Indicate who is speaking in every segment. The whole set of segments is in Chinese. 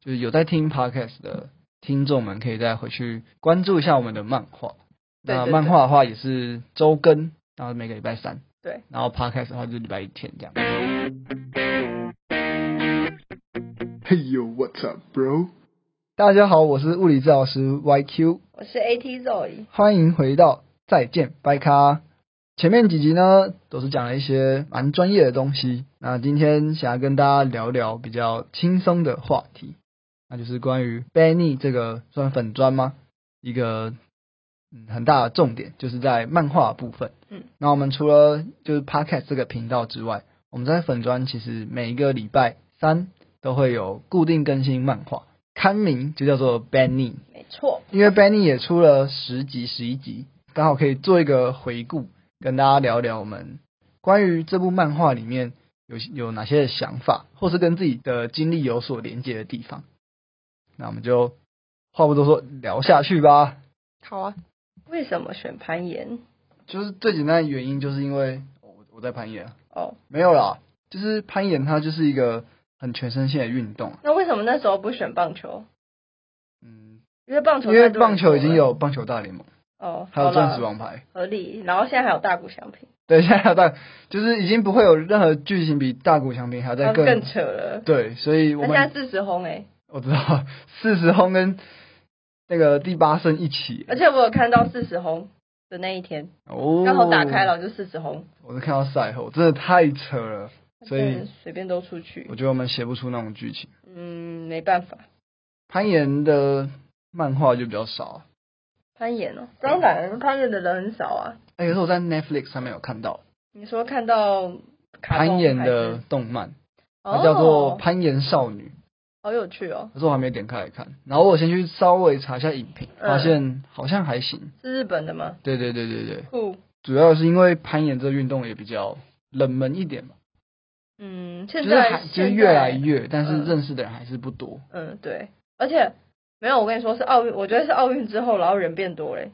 Speaker 1: 就是有在听 podcast 的听众们，可以再回去关注一下我们的漫画。
Speaker 2: 对
Speaker 1: 那
Speaker 2: 对
Speaker 1: 漫
Speaker 2: 对
Speaker 1: 画的话也是周更，然后每个礼拜三。
Speaker 2: 对，
Speaker 1: 然后 podcast 的话就是礼拜一天这样。
Speaker 3: Hey yo, what's up, bro？
Speaker 1: 大家好，我是物理治疗师 YQ，
Speaker 2: 我是 AT Zoe，
Speaker 1: 欢迎回到再见拜咖。前面几集呢都是讲了一些蛮专业的东西，那今天想要跟大家聊聊比较轻松的话题，那就是关于 Benny 这个算粉砖吗？一个嗯很大的重点就是在漫画部分。
Speaker 2: 嗯，
Speaker 1: 那我们除了就是 Podcast 这个频道之外，我们在粉砖其实每一个礼拜三都会有固定更新漫画，刊名就叫做 Benny。
Speaker 2: 没错，
Speaker 1: 因为 Benny 也出了十集、十一集，刚好可以做一个回顾，跟大家聊聊我们关于这部漫画里面有有哪些的想法，或是跟自己的经历有所连接的地方。那我们就话不多说，聊下去吧。
Speaker 2: 好啊。为什么选攀岩？
Speaker 1: 就是最简单的原因，就是因为我我在攀岩啊，
Speaker 2: 哦，
Speaker 1: 没有啦，就是攀岩它就是一个很全身性的运动啊，
Speaker 2: 那为什么那时候不选棒球？
Speaker 1: 嗯，
Speaker 2: 因为棒球
Speaker 1: 因为
Speaker 2: 太多人
Speaker 1: 棒球已经
Speaker 2: 做了
Speaker 1: 有棒球大联盟，
Speaker 2: 哦，
Speaker 1: 还有
Speaker 2: 好啦
Speaker 1: 钻石王牌。
Speaker 2: 合理，然后现在还有大谷翔平，
Speaker 1: 对，现在还有大，就是已经不会有任何剧情比大谷翔平还要
Speaker 2: 那
Speaker 1: 再更
Speaker 2: 哦更扯了。
Speaker 1: 对，所以我
Speaker 2: 那现在
Speaker 1: 们
Speaker 2: 四十轰哎，
Speaker 1: 我知道四十轰跟那个第八胜一起
Speaker 2: 而且我有看到四十轰的那一天，
Speaker 1: 哦，
Speaker 2: 刚好打开，了就四十轰，
Speaker 1: 我是看到赛后真的太扯了，所
Speaker 2: 真的
Speaker 1: 以
Speaker 2: 随便都出去
Speaker 1: 我，觉得我们写不出那种剧情。
Speaker 2: 嗯，没办法，
Speaker 1: 攀岩的漫画就比较少啊，
Speaker 2: 攀岩哦，当然攀岩的人很少啊。
Speaker 1: 哎、可是我在 Netflix 上面有看到
Speaker 2: 你说看到卡通
Speaker 1: 攀岩
Speaker 2: 还
Speaker 1: 的
Speaker 2: 是，
Speaker 1: 动漫，它
Speaker 2: 哦，
Speaker 1: 叫做《攀岩少女》。
Speaker 2: 好有趣哦，
Speaker 1: 可是我还没点开来看，然后我先去稍微查一下影评，
Speaker 2: 嗯
Speaker 1: 发现好像还行。
Speaker 2: 是日本的吗？
Speaker 1: 对对对对对，
Speaker 2: 酷，
Speaker 1: 主要是因为攀岩这个运动也比较冷门一点嘛，
Speaker 2: 嗯，
Speaker 1: 就
Speaker 2: 现
Speaker 1: 是
Speaker 2: 在
Speaker 1: 还就是
Speaker 2: 现
Speaker 1: 越来
Speaker 2: 在
Speaker 1: 越，但是
Speaker 2: 嗯
Speaker 1: 认识的人还是不多。
Speaker 2: 嗯，对，而且没有，我跟你说是奥运，我觉得是奥运之后，然后人变多嘞。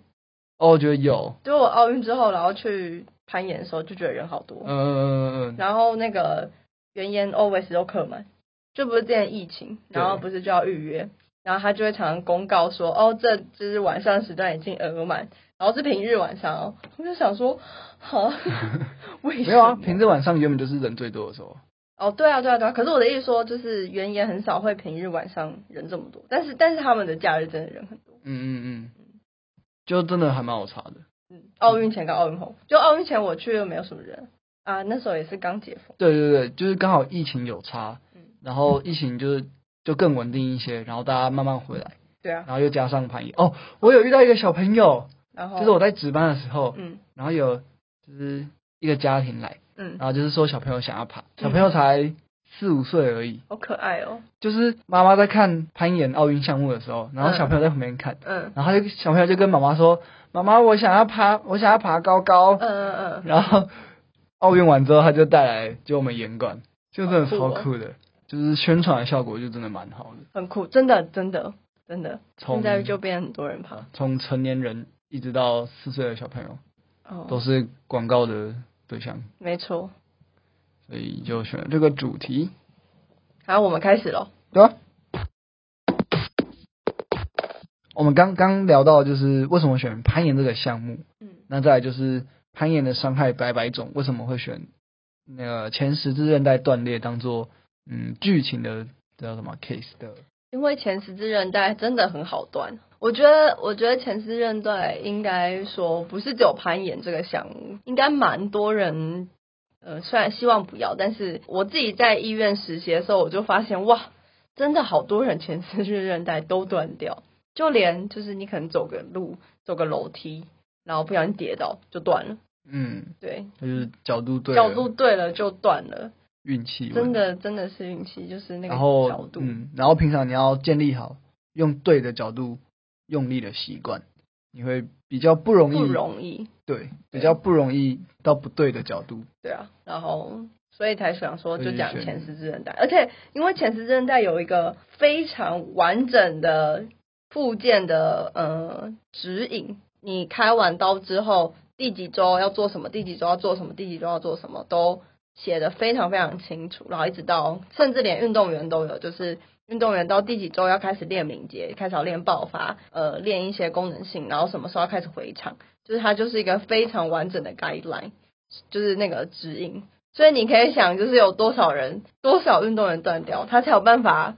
Speaker 1: 哦，我觉得有，
Speaker 2: 就我奥运之后，然后去攀岩的时候，就觉得人好多，
Speaker 1: 嗯、
Speaker 2: 然后那个原岩 always 都客满，就不是之前疫情，
Speaker 1: 对
Speaker 2: 然后不是就要预约，然后他就会常常公告说，哦，这就是晚上时段已经额满，然后是平日晚上哦，我就想说， 好，为什么？
Speaker 1: 没有啊，平日晚上原本就是人最多的时候，
Speaker 2: 哦，对啊，对啊，对啊。可是我的意思说，就是原岩很少会平日晚上人这么多，但是但是他们的假日真的人很多。
Speaker 1: 嗯嗯嗯，就真的还蛮好查的。
Speaker 2: 嗯，奥运前跟奥运后，就奥运前我去又没有什么人啊，那时候也是刚解封，
Speaker 1: 对对对，就是刚好疫情有差
Speaker 2: 嗯，
Speaker 1: 然后疫情就是就更稳定一些，然后大家慢慢回来，
Speaker 2: 对啊，
Speaker 1: 然后又加上攀岩。哦，我有遇到一个小朋友，
Speaker 2: 然后
Speaker 1: 就是我在值班的时候，
Speaker 2: 嗯
Speaker 1: 然后有就是一个家庭来，
Speaker 2: 嗯，
Speaker 1: 然后就是说小朋友想要爬，小朋友才四五岁而已，
Speaker 2: 好可爱哦，
Speaker 1: 就是妈妈在看攀岩奥运项目的时候，然后小朋友在旁边看，
Speaker 2: 嗯
Speaker 1: 然后他就小朋友就跟妈妈说：“妈妈，我想要爬，我想要爬高高。
Speaker 2: 嗯嗯”嗯，
Speaker 1: 然后奥运完之后，他就带来就我们严管，就真的
Speaker 2: 好
Speaker 1: 超
Speaker 2: 酷哦
Speaker 1: 酷的，就是宣传的效果就真的蛮好的。
Speaker 2: 很酷，真的真的真的，
Speaker 1: 从啊
Speaker 2: 现在就变很多人爬
Speaker 1: 从成年人一直到四岁的小朋友，都
Speaker 2: 哦，
Speaker 1: 是广告的对象，
Speaker 2: 没错，
Speaker 1: 所以就选了这个主题，
Speaker 2: 好，我们开始喽，
Speaker 1: 对吧？我们刚刚聊到就是为什么选攀岩这个项目，
Speaker 2: 嗯
Speaker 1: 那再来就是攀岩的伤害百百种，为什么会选那个前十字韧带断裂当做嗯剧情的这叫什么 case 的？
Speaker 2: 因为前十字韧带真的很好断，我觉得，我觉得前十字韧带应该说不是只有攀岩这个项目，应该蛮多人，呃，虽然希望不要，但是我自己在医院实习的时候，我就发现哇，真的好多人前十字韧带都断掉，就连就是你可能走个路、走个楼梯，然后不小心跌倒就断了，
Speaker 1: 嗯，
Speaker 2: 对，
Speaker 1: 它就是角度对了，
Speaker 2: 角度对了就断了，
Speaker 1: 运气问题
Speaker 2: 真。的真的是运气，就是那个
Speaker 1: 然
Speaker 2: 角
Speaker 1: 后
Speaker 2: 度，
Speaker 1: 嗯，然后平常你要建立好用对的角度用力的习惯，你会比较不容易
Speaker 2: 不容易。
Speaker 1: 对，比
Speaker 2: 对
Speaker 1: 较不容易到不对的角度。
Speaker 2: 对啊，然后所以才想说就讲
Speaker 1: 所以选
Speaker 2: 前十字韧带，而且因为前十字韧带有一个非常完整的附件的呃指引，你开完刀之后第几周要做什么，第几周要做什么，第几周要做什么都写的非常非常清楚，然后一直到甚至连运动员都有，就是运动员到第几周要开始练敏捷，开始要练爆发，呃，练一些功能性，然后什么时候要开始回场，就是它就是一个非常完整的 guideline，就是那个指引。所以你可以想，就是有多少人，多少运动员断掉，他才有办法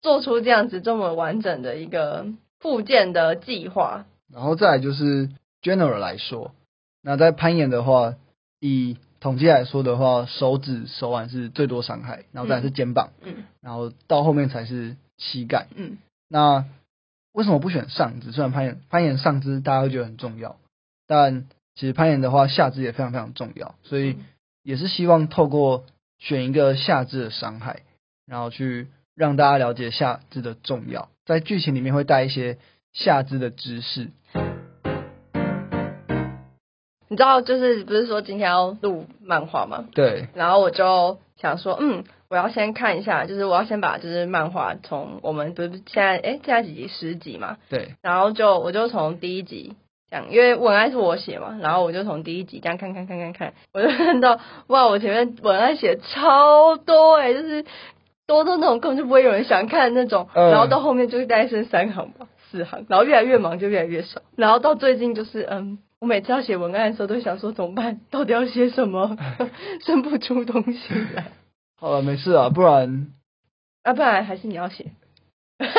Speaker 2: 做出这样子这么完整的一个复健的计划。
Speaker 1: 然后再来就是 general 来说，那在攀岩的话，以统计来说的话，手指、手腕是最多伤害，然后再来是肩膀，
Speaker 2: 嗯
Speaker 1: 然后到后面才是膝盖。
Speaker 2: 嗯，
Speaker 1: 那为什么不选上肢？虽然攀岩攀岩上肢大家会觉得很重要，但其实攀岩的话，下肢也非常非常重要，所以
Speaker 2: 嗯
Speaker 1: 也是希望透过选一个下肢的伤害，然后去让大家了解下肢的重要。在剧情里面会带一些下肢的知识，
Speaker 2: 你知道就是不是说今天要录漫画吗？
Speaker 1: 对，
Speaker 2: 然后我就想说，嗯，我要先看一下，就是我要先把就是漫画从我们不是现在哎现在几集十集嘛，
Speaker 1: 对，
Speaker 2: 然后就我就从第一集这样，因为文案是我写嘛，然后我就从第一集这样看看看看看，我就看到哇，我前面文案写超多哎、就是多到那种根本就不会有人想看的那种，
Speaker 1: 嗯
Speaker 2: 然后到后面就是大概剩三行吧，四行，然后越来越忙就越来越少，然后到最近就是嗯。我每次要写文案的时候，都想说怎么办？到底要写什么？ 生不出东西 来。
Speaker 1: 好了，没事啊，不然
Speaker 2: 啊，不然还是你要写。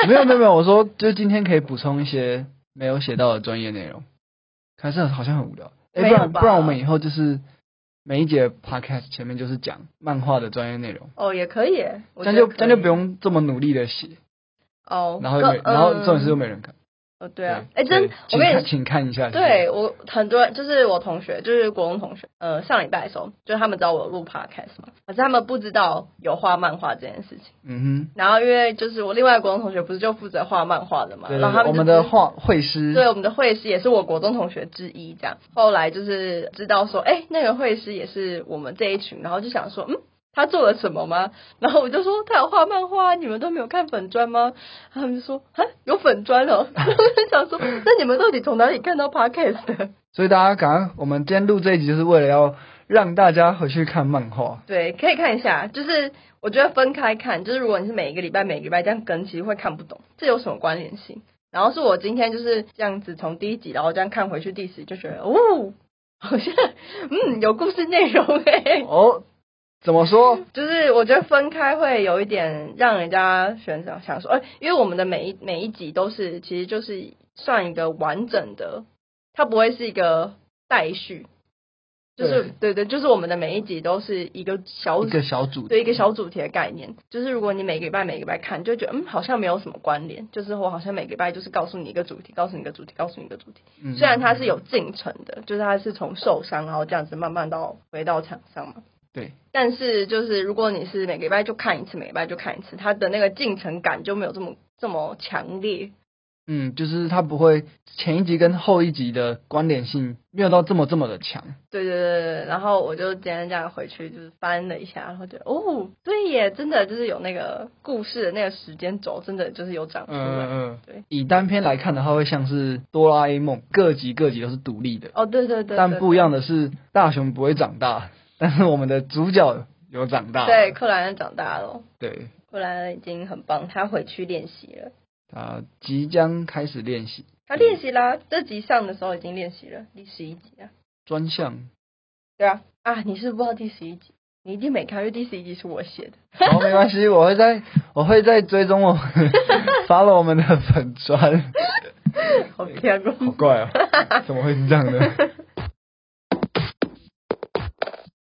Speaker 1: 没有没有没有，我说就是今天可以补充一些没有写到的专业内容，可是好像很无聊。哎、
Speaker 2: 没
Speaker 1: 不
Speaker 2: 有
Speaker 1: 然
Speaker 2: 吧
Speaker 1: 不然我们以后就是每一节 podcast 前面就是讲漫画的专业内容，
Speaker 2: 哦，也可以耶。我
Speaker 1: 这
Speaker 2: 觉
Speaker 1: 样就
Speaker 2: 得可以
Speaker 1: 这样就不用这么努力的写，
Speaker 2: 哦。
Speaker 1: 然后又
Speaker 2: 更
Speaker 1: 没、然后重点是又
Speaker 2: 嗯
Speaker 1: 没人看。
Speaker 2: 哦，对啊。哎，
Speaker 1: 对
Speaker 2: 真，我
Speaker 1: 请
Speaker 2: 跟
Speaker 1: 看
Speaker 2: 你
Speaker 1: 请看一下。
Speaker 2: 对我很多人就是我同学，就是国中同学，呃，上礼拜的时候，就是他们知道我有录 podcast 嘛，可是他们不知道有画漫画这件事情。
Speaker 1: 嗯
Speaker 2: 然后因为就是我另外国中同学不是就负责画漫画的嘛，
Speaker 1: 哼，对
Speaker 2: 然后他
Speaker 1: 对，
Speaker 2: 们
Speaker 1: 我
Speaker 2: 就
Speaker 1: 们的
Speaker 2: 知
Speaker 1: 画绘师，
Speaker 2: 对，我们的会师也是我国中同学之一，这样。后来就是知道说，哎、那个会师也是我们这一群，然后就想说，嗯，他做了什么吗？ 然后我就说他有画漫画，你们都没有看粉砖吗？他们就说啊，有粉砖哦。 然后我就想说，那你们到底从哪里看到 podcast 的？
Speaker 1: 所以大家赶快，我们今天录这一集就是为了要让大家回去看漫画。
Speaker 2: 对，可以看一下，就是我觉得分开看，就是如果你是每一个礼拜每个礼拜这样更，其实会看不懂，这有什么关联性？然后是我今天就是这样子从第一集，然后这样看回去第十，就觉得哦，好像嗯有故事内容哎、
Speaker 1: 哦，怎么说？
Speaker 2: 就是我觉得分开会有一点让人家选择想说，哎、因为我们的每一每一集都是其实就是算一个完整的，它不会是一个待续。就是对对，就是我们的每一集都是一个小
Speaker 1: 一个小组
Speaker 2: 对一个小主题的概念，就是如果你每个礼拜每个礼拜看，就觉得嗯好像没有什么关联，就是我好像每个礼拜就是告诉你一个主题，告诉你一个主题，告诉你一个主题。
Speaker 1: 嗯
Speaker 2: 虽然它是有进程的，就是它是从受伤然后这样子慢慢到回到场上嘛。
Speaker 1: 对，
Speaker 2: 但是就是如果你是每个礼拜就看一次，每个礼拜就看一次，它的那个进程感就没有这么这么强烈。
Speaker 1: 嗯，就是它不会前一集跟后一集的关联性没有到这么这么的强。
Speaker 2: 对对对对，对然后我就今天这样回去，就是翻了一下，然后觉得哦，对耶，真的就是有那个故事的那个时间轴，真的就是有长出来。
Speaker 1: 嗯
Speaker 2: 对。
Speaker 1: 以单篇来看的话，会像是哆啦 A 梦，各集各集都是独立的，
Speaker 2: 哦，对对对，
Speaker 1: 但
Speaker 2: 对
Speaker 1: 不一样的是，大雄不会长大， 但是我们的主角有长大。
Speaker 2: 对，克莱恩长大了，
Speaker 1: 对，
Speaker 2: 克莱恩已经很棒，他回去练习了，
Speaker 1: 他即将开始练习
Speaker 2: 他练习啦，这集上的时候已经练习了，第十一集啊，
Speaker 1: 专项。
Speaker 2: 对啊，啊，你是不是不知道第十一集，你一定没看，因为第十一集是我写的，
Speaker 1: 好，哦没关系，我会在我会在追踪我们发了我们的粉砖。
Speaker 2: 好骗
Speaker 1: 好
Speaker 2: 哦。
Speaker 1: 怪哦，怎么会是这样呢？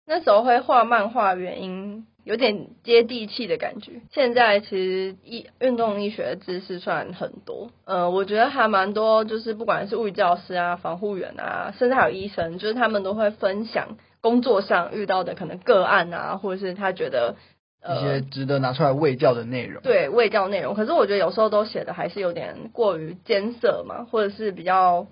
Speaker 2: 那时候会画漫画，原因有点接地气的感觉。现在其实医运动医学的知识算很多，呃，我觉得还蛮多，就是不管是物理教师啊、防护员啊，甚至还有医生，就是他们都会分享工作上遇到的可能个案啊，或者是他觉得
Speaker 1: 一些
Speaker 2: 呃。
Speaker 1: 值得拿出来喂教的内容。
Speaker 2: 对味道内容，可是我觉得有时候都写的还是有点过于艰涩嘛，或者是比较、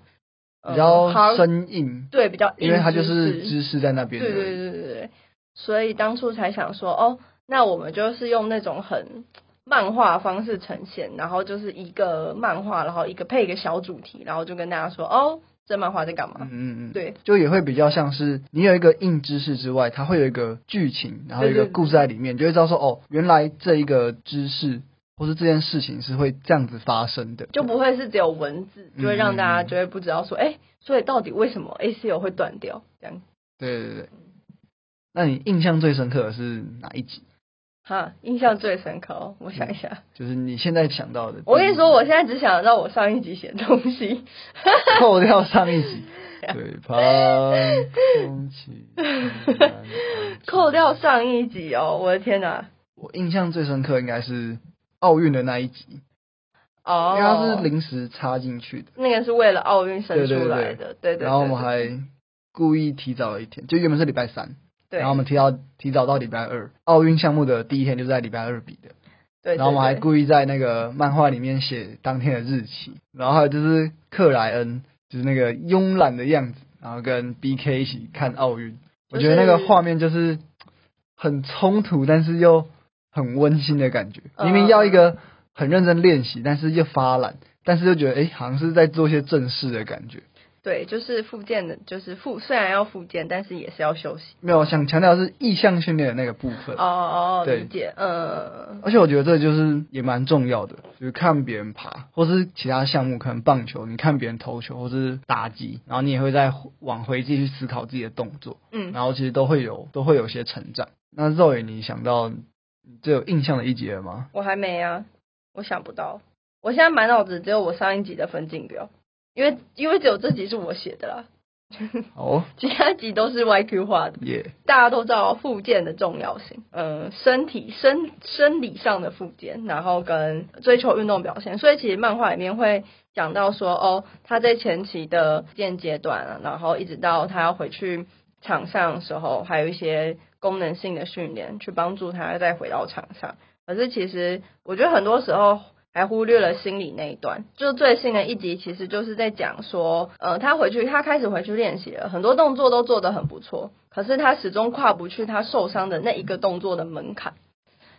Speaker 2: 呃、
Speaker 1: 比较
Speaker 2: hard-
Speaker 1: 生硬，
Speaker 2: 对比较硬知识，
Speaker 1: 因为它就是知识在那边的。
Speaker 2: 对对对对对，所以当初才想说，哦，那我们就是用那种很漫画方式呈现，然后就是一个漫画，然后一个配一个小主题，然后就跟大家说，哦，这漫画在干嘛
Speaker 1: 嗯？嗯嗯，，
Speaker 2: 对
Speaker 1: 就也会比较像是你有一个硬知识之外，它会有一个剧情，然后有一个
Speaker 2: 对对对
Speaker 1: 故事在里面，你就会知道说哦，原来这一个知识。或是这件事情是会这样子发生的。
Speaker 2: 就不会是只有文字，就会让大家
Speaker 1: 嗯
Speaker 2: 就会不知道说，哎、所以到底为什么 ACO 会断掉这样？
Speaker 1: 对对对。那你印象最深刻的是哪一集？
Speaker 2: 哈，印象最深刻、哦，我想一下。
Speaker 1: 就是你现在想到的。
Speaker 2: 我跟你说，，我现在只想得到我上一集写的东西。
Speaker 1: 扣掉上一 集。对旁空气。
Speaker 2: 扣掉上一集哦，我的天哪！
Speaker 1: 我印象最深刻应该是奥运的那一集，因
Speaker 2: 哦，
Speaker 1: 为它是临时插进去的，
Speaker 2: 那个是为了奥运生出来的，对对对。
Speaker 1: 然后我们
Speaker 2: 对
Speaker 1: 还故意提早了一天，就原本是礼拜三，
Speaker 2: 对，
Speaker 1: 然后我们提早提早到礼拜二，奥运项目的第一天就是在礼拜二比的，
Speaker 2: 对，对
Speaker 1: 然后我们还
Speaker 2: 对
Speaker 1: 故意在那个漫画里面写当天的日期，然后还有就是克莱恩就是那个慵懒的样子，然后跟 BK 一起看奥运，我觉得那个画面就是很冲突，但是又很温馨的感觉。
Speaker 2: 嗯
Speaker 1: 明明要一个很认真练习，但是又发懒，但是又觉得诶好像是在做一些正事的感觉。
Speaker 2: 对，就是复健的，就是复虽然要复健，但是也是要休息。
Speaker 1: 没有想强调的是意向训练的那个部分。
Speaker 2: 哦哦，哦
Speaker 1: 对
Speaker 2: 理解，嗯，
Speaker 1: 而且我觉得这就是也蛮重要的，就是看别人爬，或是其他项目，可能棒球，你看别人投球或是打击，然后你也会再往回自己去思考自己的动作，
Speaker 2: 嗯
Speaker 1: 然后其实都会有都会有些成长。那肉眼，你想到你最有印象的一节了吗？
Speaker 2: 我还没啊，我想不到，我现在满脑子只有我上一集的分镜表，因为因为只有这集是我写的啦，
Speaker 1: 好哦，
Speaker 2: 其他集都是 YQ 画的。
Speaker 1: 耶、
Speaker 2: 大家都知道复健的重要性，呃，身体生生理上的复健，然后跟追求运动表现，所以其实漫画里面会讲到说，哦，他在前期的复健阶段、啊，然后一直到他要回去场上的时候，还有一些功能性的训练，去帮助他再回到场上。可是其实我觉得很多时候还忽略了心理那一段。就最新的一集，其实就是在讲说，呃，他回去，他开始回去练习了，很多动作都做得很不错，可是他始终跨不去他受伤的那一个动作的门槛，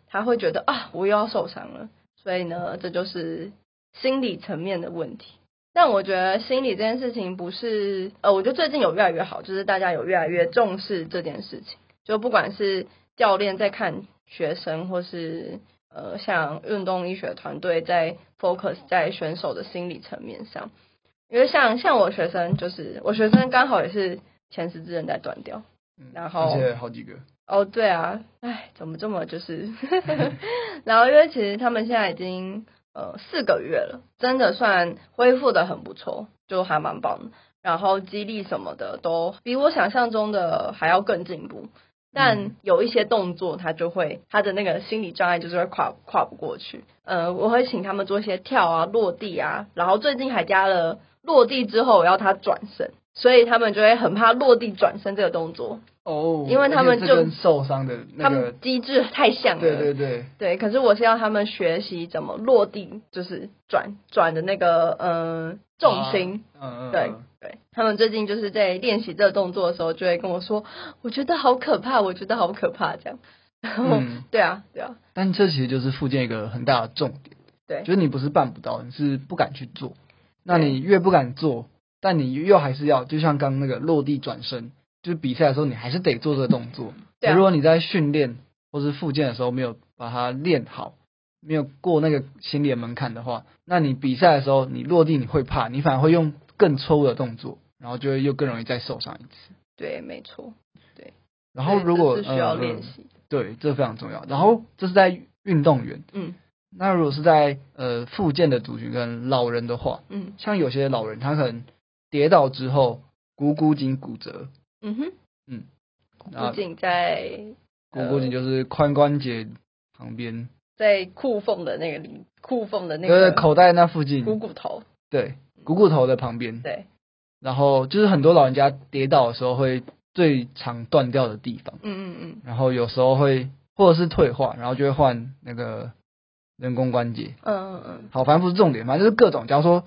Speaker 2: 他会觉得啊，我又要受伤了。所以呢，这就是心理层面的问题。但我觉得心理这件事情不是，呃，我觉得最近有越来越好，就是大家有越来越重视这件事情。就不管是教练在看学生，或是呃，像运动医学团队在 focus 在选手的心理层面上，因为像像我学生，就是我学生刚好也是前十字韧带断掉，
Speaker 1: 嗯
Speaker 2: 然后
Speaker 1: 而且好几个，
Speaker 2: 哦，对啊，哎，怎么这么就是？ 然后因为其实他们现在已经呃四个月了，真的算恢复的很不错，就还蛮棒的。然后激励什么的都比我想象中的还要更进步，但有一些动作他就会他的那个心理障碍就是会跨跨不过去。呃，我会请他们做一些跳啊、落地啊，然后最近还加了落地之后我要他转身，所以他们就会很怕落地转身这个动作。
Speaker 1: 哦
Speaker 2: 因为他们
Speaker 1: 而且
Speaker 2: 就
Speaker 1: 这跟受伤的那
Speaker 2: 他
Speaker 1: 个
Speaker 2: 们，机制太像了。
Speaker 1: 对对对，
Speaker 2: 对可是我是要他们学习怎么落地，就是转转的那个呃重心。
Speaker 1: 嗯嗯，嗯
Speaker 2: 对对，他们最近就是在练习这个动作的时候，就会跟我说，我觉得好可怕，我觉得好可怕，这样。 然后、
Speaker 1: 嗯
Speaker 2: 对啊，对啊，
Speaker 1: 但这其实就是附件一个很大的重点，
Speaker 2: 对
Speaker 1: 就是你不是办不到，你是不敢去做。那你越不敢做，但你又还是要，就像刚刚那个落地转身，就是比赛的时候你还是得做这个动作。
Speaker 2: 对啊
Speaker 1: 可如果你在训练或是复健的时候没有把它练好，没有过那个心理的门槛的话，那你比赛的时候你落地你会怕，你反而会用更错误的动作，然后就会又更容易再受伤一次。
Speaker 2: 对，没错。
Speaker 1: 然后如果
Speaker 2: 所以这是需要
Speaker 1: 嗯
Speaker 2: 练
Speaker 1: 嗯
Speaker 2: 习的。
Speaker 1: 对，这非常重要。然后这是在运动员。
Speaker 2: 嗯
Speaker 1: 那如果是在呃附件的族群跟老人的话，
Speaker 2: 嗯
Speaker 1: 像有些老人他可能跌倒之后股骨颈骨折，
Speaker 2: 嗯哼，
Speaker 1: 嗯，
Speaker 2: 不
Speaker 1: 那
Speaker 2: 仅在
Speaker 1: 股
Speaker 2: 呃
Speaker 1: 骨颈就是髋关节旁边，
Speaker 2: 在裤缝的那个里，裤缝的那
Speaker 1: 就是
Speaker 2: 个
Speaker 1: 口袋那附
Speaker 2: 股
Speaker 1: 近，
Speaker 2: 骨头，嗯
Speaker 1: 对，股骨头的旁边。
Speaker 2: 对，
Speaker 1: 然后就是很多老人家跌倒的时候会最常断掉的地方，
Speaker 2: 嗯嗯嗯，
Speaker 1: 然后有时候会或者是退化，然后就会换那个人工关节。
Speaker 2: 嗯嗯
Speaker 1: 好，反正不是重点，反正就是各种。假如说，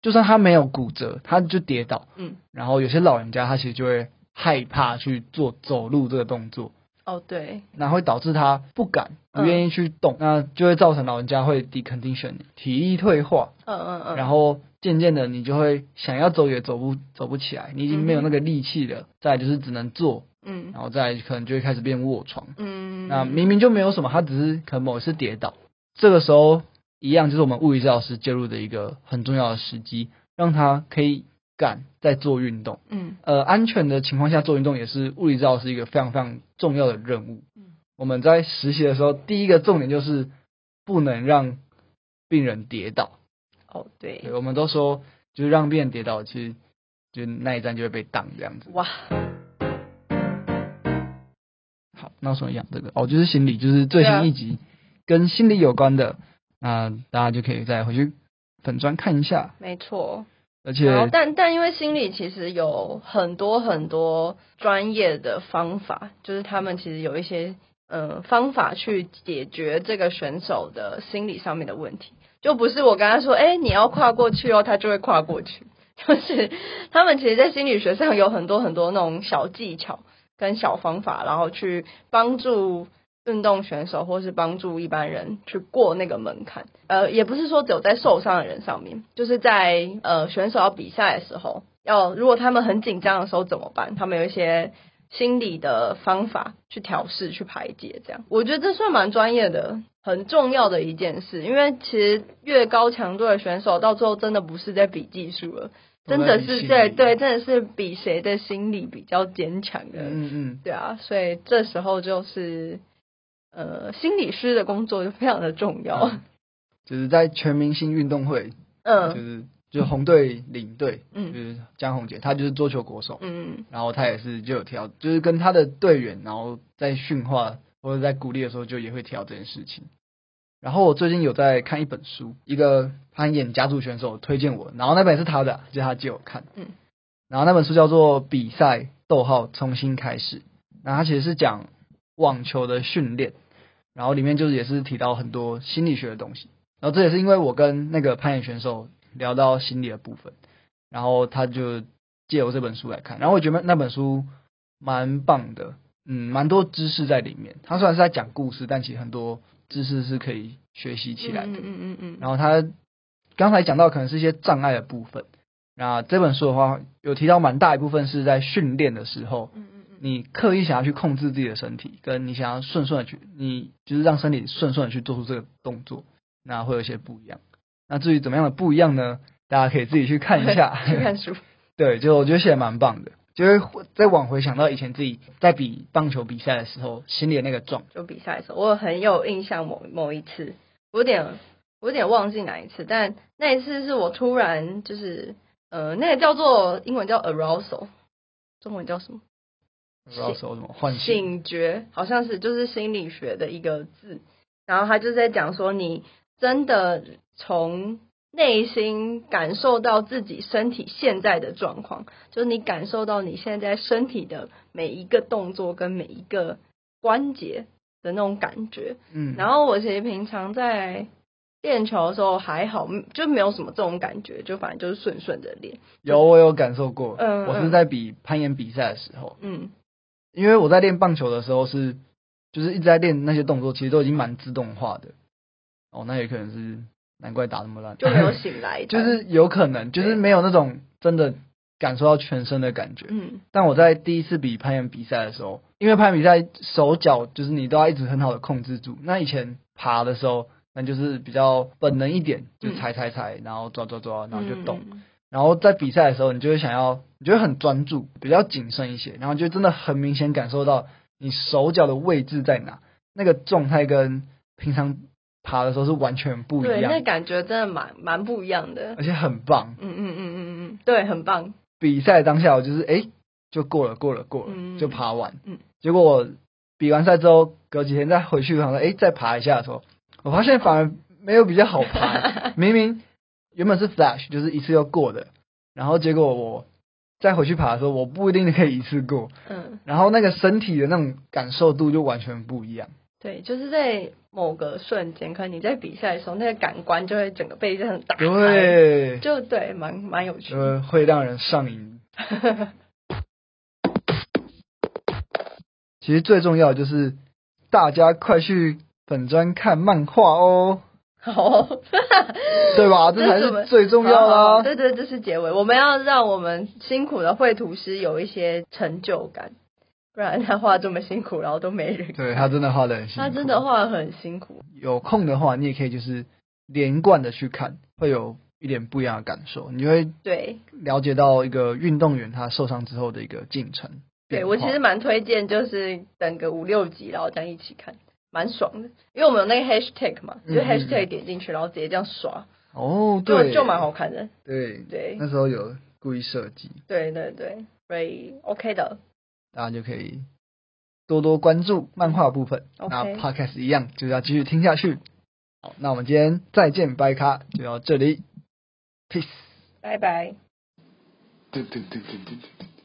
Speaker 1: 就算他没有骨折，他就跌倒。
Speaker 2: 嗯，
Speaker 1: 然后有些老人家他其实就会害怕去做走路这个动作，
Speaker 2: 哦对，
Speaker 1: 那会导致他不敢、不
Speaker 2: 嗯
Speaker 1: 愿意去动，那就会造成老人家会 decondition 体力退化，
Speaker 2: 嗯嗯嗯，
Speaker 1: 然后渐渐的你就会想要走也走不走不起来，你已经没有那个力气了。再来就是只能坐，
Speaker 2: 嗯
Speaker 1: 然后再来可能就会开始变卧床。
Speaker 2: 嗯，
Speaker 1: 那明明就没有什么，他只是可能某一次跌倒，这个时候一样就是我们物理治疗师介入的一个很重要的时机，让他可以敢在做运动。
Speaker 2: 嗯
Speaker 1: 呃，安全的情况下做运动也是物理治疗师一个非常非常重要的任务。
Speaker 2: 嗯
Speaker 1: 我们在实习的时候，第一个重点就是不能让病人跌倒。
Speaker 2: 哦对
Speaker 1: 对，我们都说就是让病人跌倒，其实就那一站就会被挡这样子。
Speaker 2: 哇
Speaker 1: 好，那我什么讲这个？哦，就是心理，就是最
Speaker 2: 啊
Speaker 1: 新一集跟心理有关的，那大家就可以再回去粉砖看一下。
Speaker 2: 没错，
Speaker 1: 而
Speaker 2: 然后
Speaker 1: 且，
Speaker 2: 哦但但因为心理其实有很多很多专业的方法，就是他们其实有一些呃方法去解决这个选手的心理上面的问题，就不是我跟他说，哎、你要跨过去哦，他就会跨过去。 就是他们其实，在心理学上有很多很多那种小技巧跟小方法，然后去帮助运动选手或是帮助一般人去过那个门槛。呃，也不是说只有在受伤的人上面，就是在呃选手要比赛的时候，要如果他们很紧张的时候怎么办？他们有一些心理的方法去调试、去排解，这样我觉得这算蛮专业的。很重要的一件事，因为其实越高强度的选手，到最后真的不是在比技术了，真的是对对，真的是比谁的心理比较坚强的，
Speaker 1: 嗯嗯
Speaker 2: 对啊，所以这时候就是呃，心理师的工作就非常的重
Speaker 1: 嗯，
Speaker 2: 要，
Speaker 1: 就是在全明星运动会，就
Speaker 2: 嗯
Speaker 1: 是就是红队领队，就
Speaker 2: 嗯
Speaker 1: 是江宏杰，他就是桌球国手，
Speaker 2: 嗯
Speaker 1: 然后他也是就有提到，就是跟他的队员，然后在训话或者在鼓励的时候，就也会提到这件事情。然后我最近有在看一本书，一个攀岩家族选手推荐我，然后那本是他的，啊就是他借我看，
Speaker 2: 嗯，
Speaker 1: 然后那本书叫做《比赛：逗号重新开始》，然后它其实是讲网球的训练，然后里面就是也是提到很多心理学的东西，然后这也是因为我跟那个攀岩选手聊到心理的部分，然后他就借由这本书来看，然后我觉得那本书蛮棒的，嗯，蛮多知识在里面。它虽然是在讲故事，但其实很多知识是可以学习起来的。
Speaker 2: 嗯嗯嗯嗯，
Speaker 1: 然后他刚才讲到可能是一些障碍的部分，那这本书的话有提到蛮大一部分是在训练的时候，
Speaker 2: 嗯嗯嗯，
Speaker 1: 你刻意想要去控制自己的身体，跟你想要顺顺的去，你就是让身体顺顺的去做出这个动作，那会有一些不一样。那至于怎么样的不一样呢？大家可以自己去看一下，
Speaker 2: 去看书，
Speaker 1: 对，就我觉得写的蛮棒的，就会回再往回想到以前自己在比棒球比赛的时候心里的那个状态。
Speaker 2: 就比赛的时候，我很有印象某某一次，我有点我有点忘记哪一次，但那一次是我突然就是呃，那个叫做英文叫 arousal，中文叫什么？
Speaker 1: 不知道说什么唤醒，
Speaker 2: 醒觉，好像是就是心理学的一个字。然后他就在讲说，你真的从内心感受到自己身体现在的状况，就是你感受到你现在身体的每一个动作跟每一个关节的那种感觉。
Speaker 1: 嗯，
Speaker 2: 然后我其实平常在练球的时候还好，就没有什么这种感觉，就反正就是顺顺的练。
Speaker 1: 有我有感受过，
Speaker 2: 嗯
Speaker 1: 我是
Speaker 2: 嗯
Speaker 1: 在比攀岩比赛的时候，
Speaker 2: 嗯
Speaker 1: 因为我在练棒球的时候是，就是一直在练那些动作，其实都已经蛮自动化的。哦，那也可能是难怪打那么烂，
Speaker 2: 就没有醒来这
Speaker 1: 就
Speaker 2: 样，
Speaker 1: 是有可能，就是没有那种真的感受到全身的感觉。
Speaker 2: 嗯
Speaker 1: 但我在第一次比攀岩比赛的时候，因为攀岩比赛手脚就是你都要一直很好的控制住。那以前爬的时候，那就是比较本能一点，就
Speaker 2: 嗯
Speaker 1: 踩踩踩，然后抓抓抓，然后就动。
Speaker 2: 嗯
Speaker 1: 然后在比赛的时候，你就会想要，你就会很专注，比较谨慎一些，然后就真的很明显感受到你手脚的位置在哪，那个状态跟平常爬的时候是完全不一
Speaker 2: 对，那
Speaker 1: 样，
Speaker 2: 感觉真的蛮蛮不一样的。
Speaker 1: 而且很棒。
Speaker 2: 嗯嗯嗯嗯嗯，对，很棒。
Speaker 1: 比赛当下我就是哎、诶就过了，过了，过了，
Speaker 2: 嗯
Speaker 1: 就爬完。
Speaker 2: 嗯，
Speaker 1: 结果我比完赛之后，隔几天再回去，想说哎、诶再爬一下的时候，我发现反而没有比较好 爬。明明原本是 flash，就是一次就过的，然后结果我再回去爬的时候，我不一定可以一次过，
Speaker 2: 嗯，
Speaker 1: 然后那个身体的那种感受度就完全不一 样。
Speaker 2: 对，就是在某个瞬间，可能你在比赛的时候，那个感官就会整个被这样打开，，
Speaker 1: 对，
Speaker 2: 就对，蛮蛮有趣的。
Speaker 1: 呃，会让人上瘾。 其实最重要的就是大家快去本专看漫画哦，
Speaker 2: 好哦，
Speaker 1: 对吧？这才
Speaker 2: 这是我
Speaker 1: 是
Speaker 2: 们
Speaker 1: 最重要哦
Speaker 2: 好好好
Speaker 1: 啦。
Speaker 2: 对对，这是结尾，我们要让我们辛苦的绘图师有一些成就感，不然他画这么辛苦，然后都没人。
Speaker 1: 对他真的画的很辛苦，
Speaker 2: 他真的画得很辛苦，
Speaker 1: 有空的话，你也可以就是连贯的去看，会有一点不一样的感受，你就会
Speaker 2: 对，
Speaker 1: 了解到一个运动员他受伤之后的一个进程。
Speaker 2: 对
Speaker 1: 变
Speaker 2: 我
Speaker 1: 化
Speaker 2: 其实蛮推荐，就是等个五六集，然后这样一起看，蛮爽的。因为我们有那个 hashtag 嘛，就
Speaker 1: 嗯嗯嗯
Speaker 2: hashtag 点进去，然后直接这样刷，
Speaker 1: 哦，
Speaker 2: 就
Speaker 1: 对，嗯
Speaker 2: 就蛮好看的。
Speaker 1: 对，
Speaker 2: 对
Speaker 1: 那时候有故意设计，
Speaker 2: 对对对，所以 OK 的。
Speaker 1: 大家就可以多多关注漫画部分。
Speaker 2: OK
Speaker 1: 那 podcast 一样就是要继续听下去。好，那我们今天再见拜咖就到这里，peace。
Speaker 2: 拜拜。
Speaker 3: 对对对对对对对。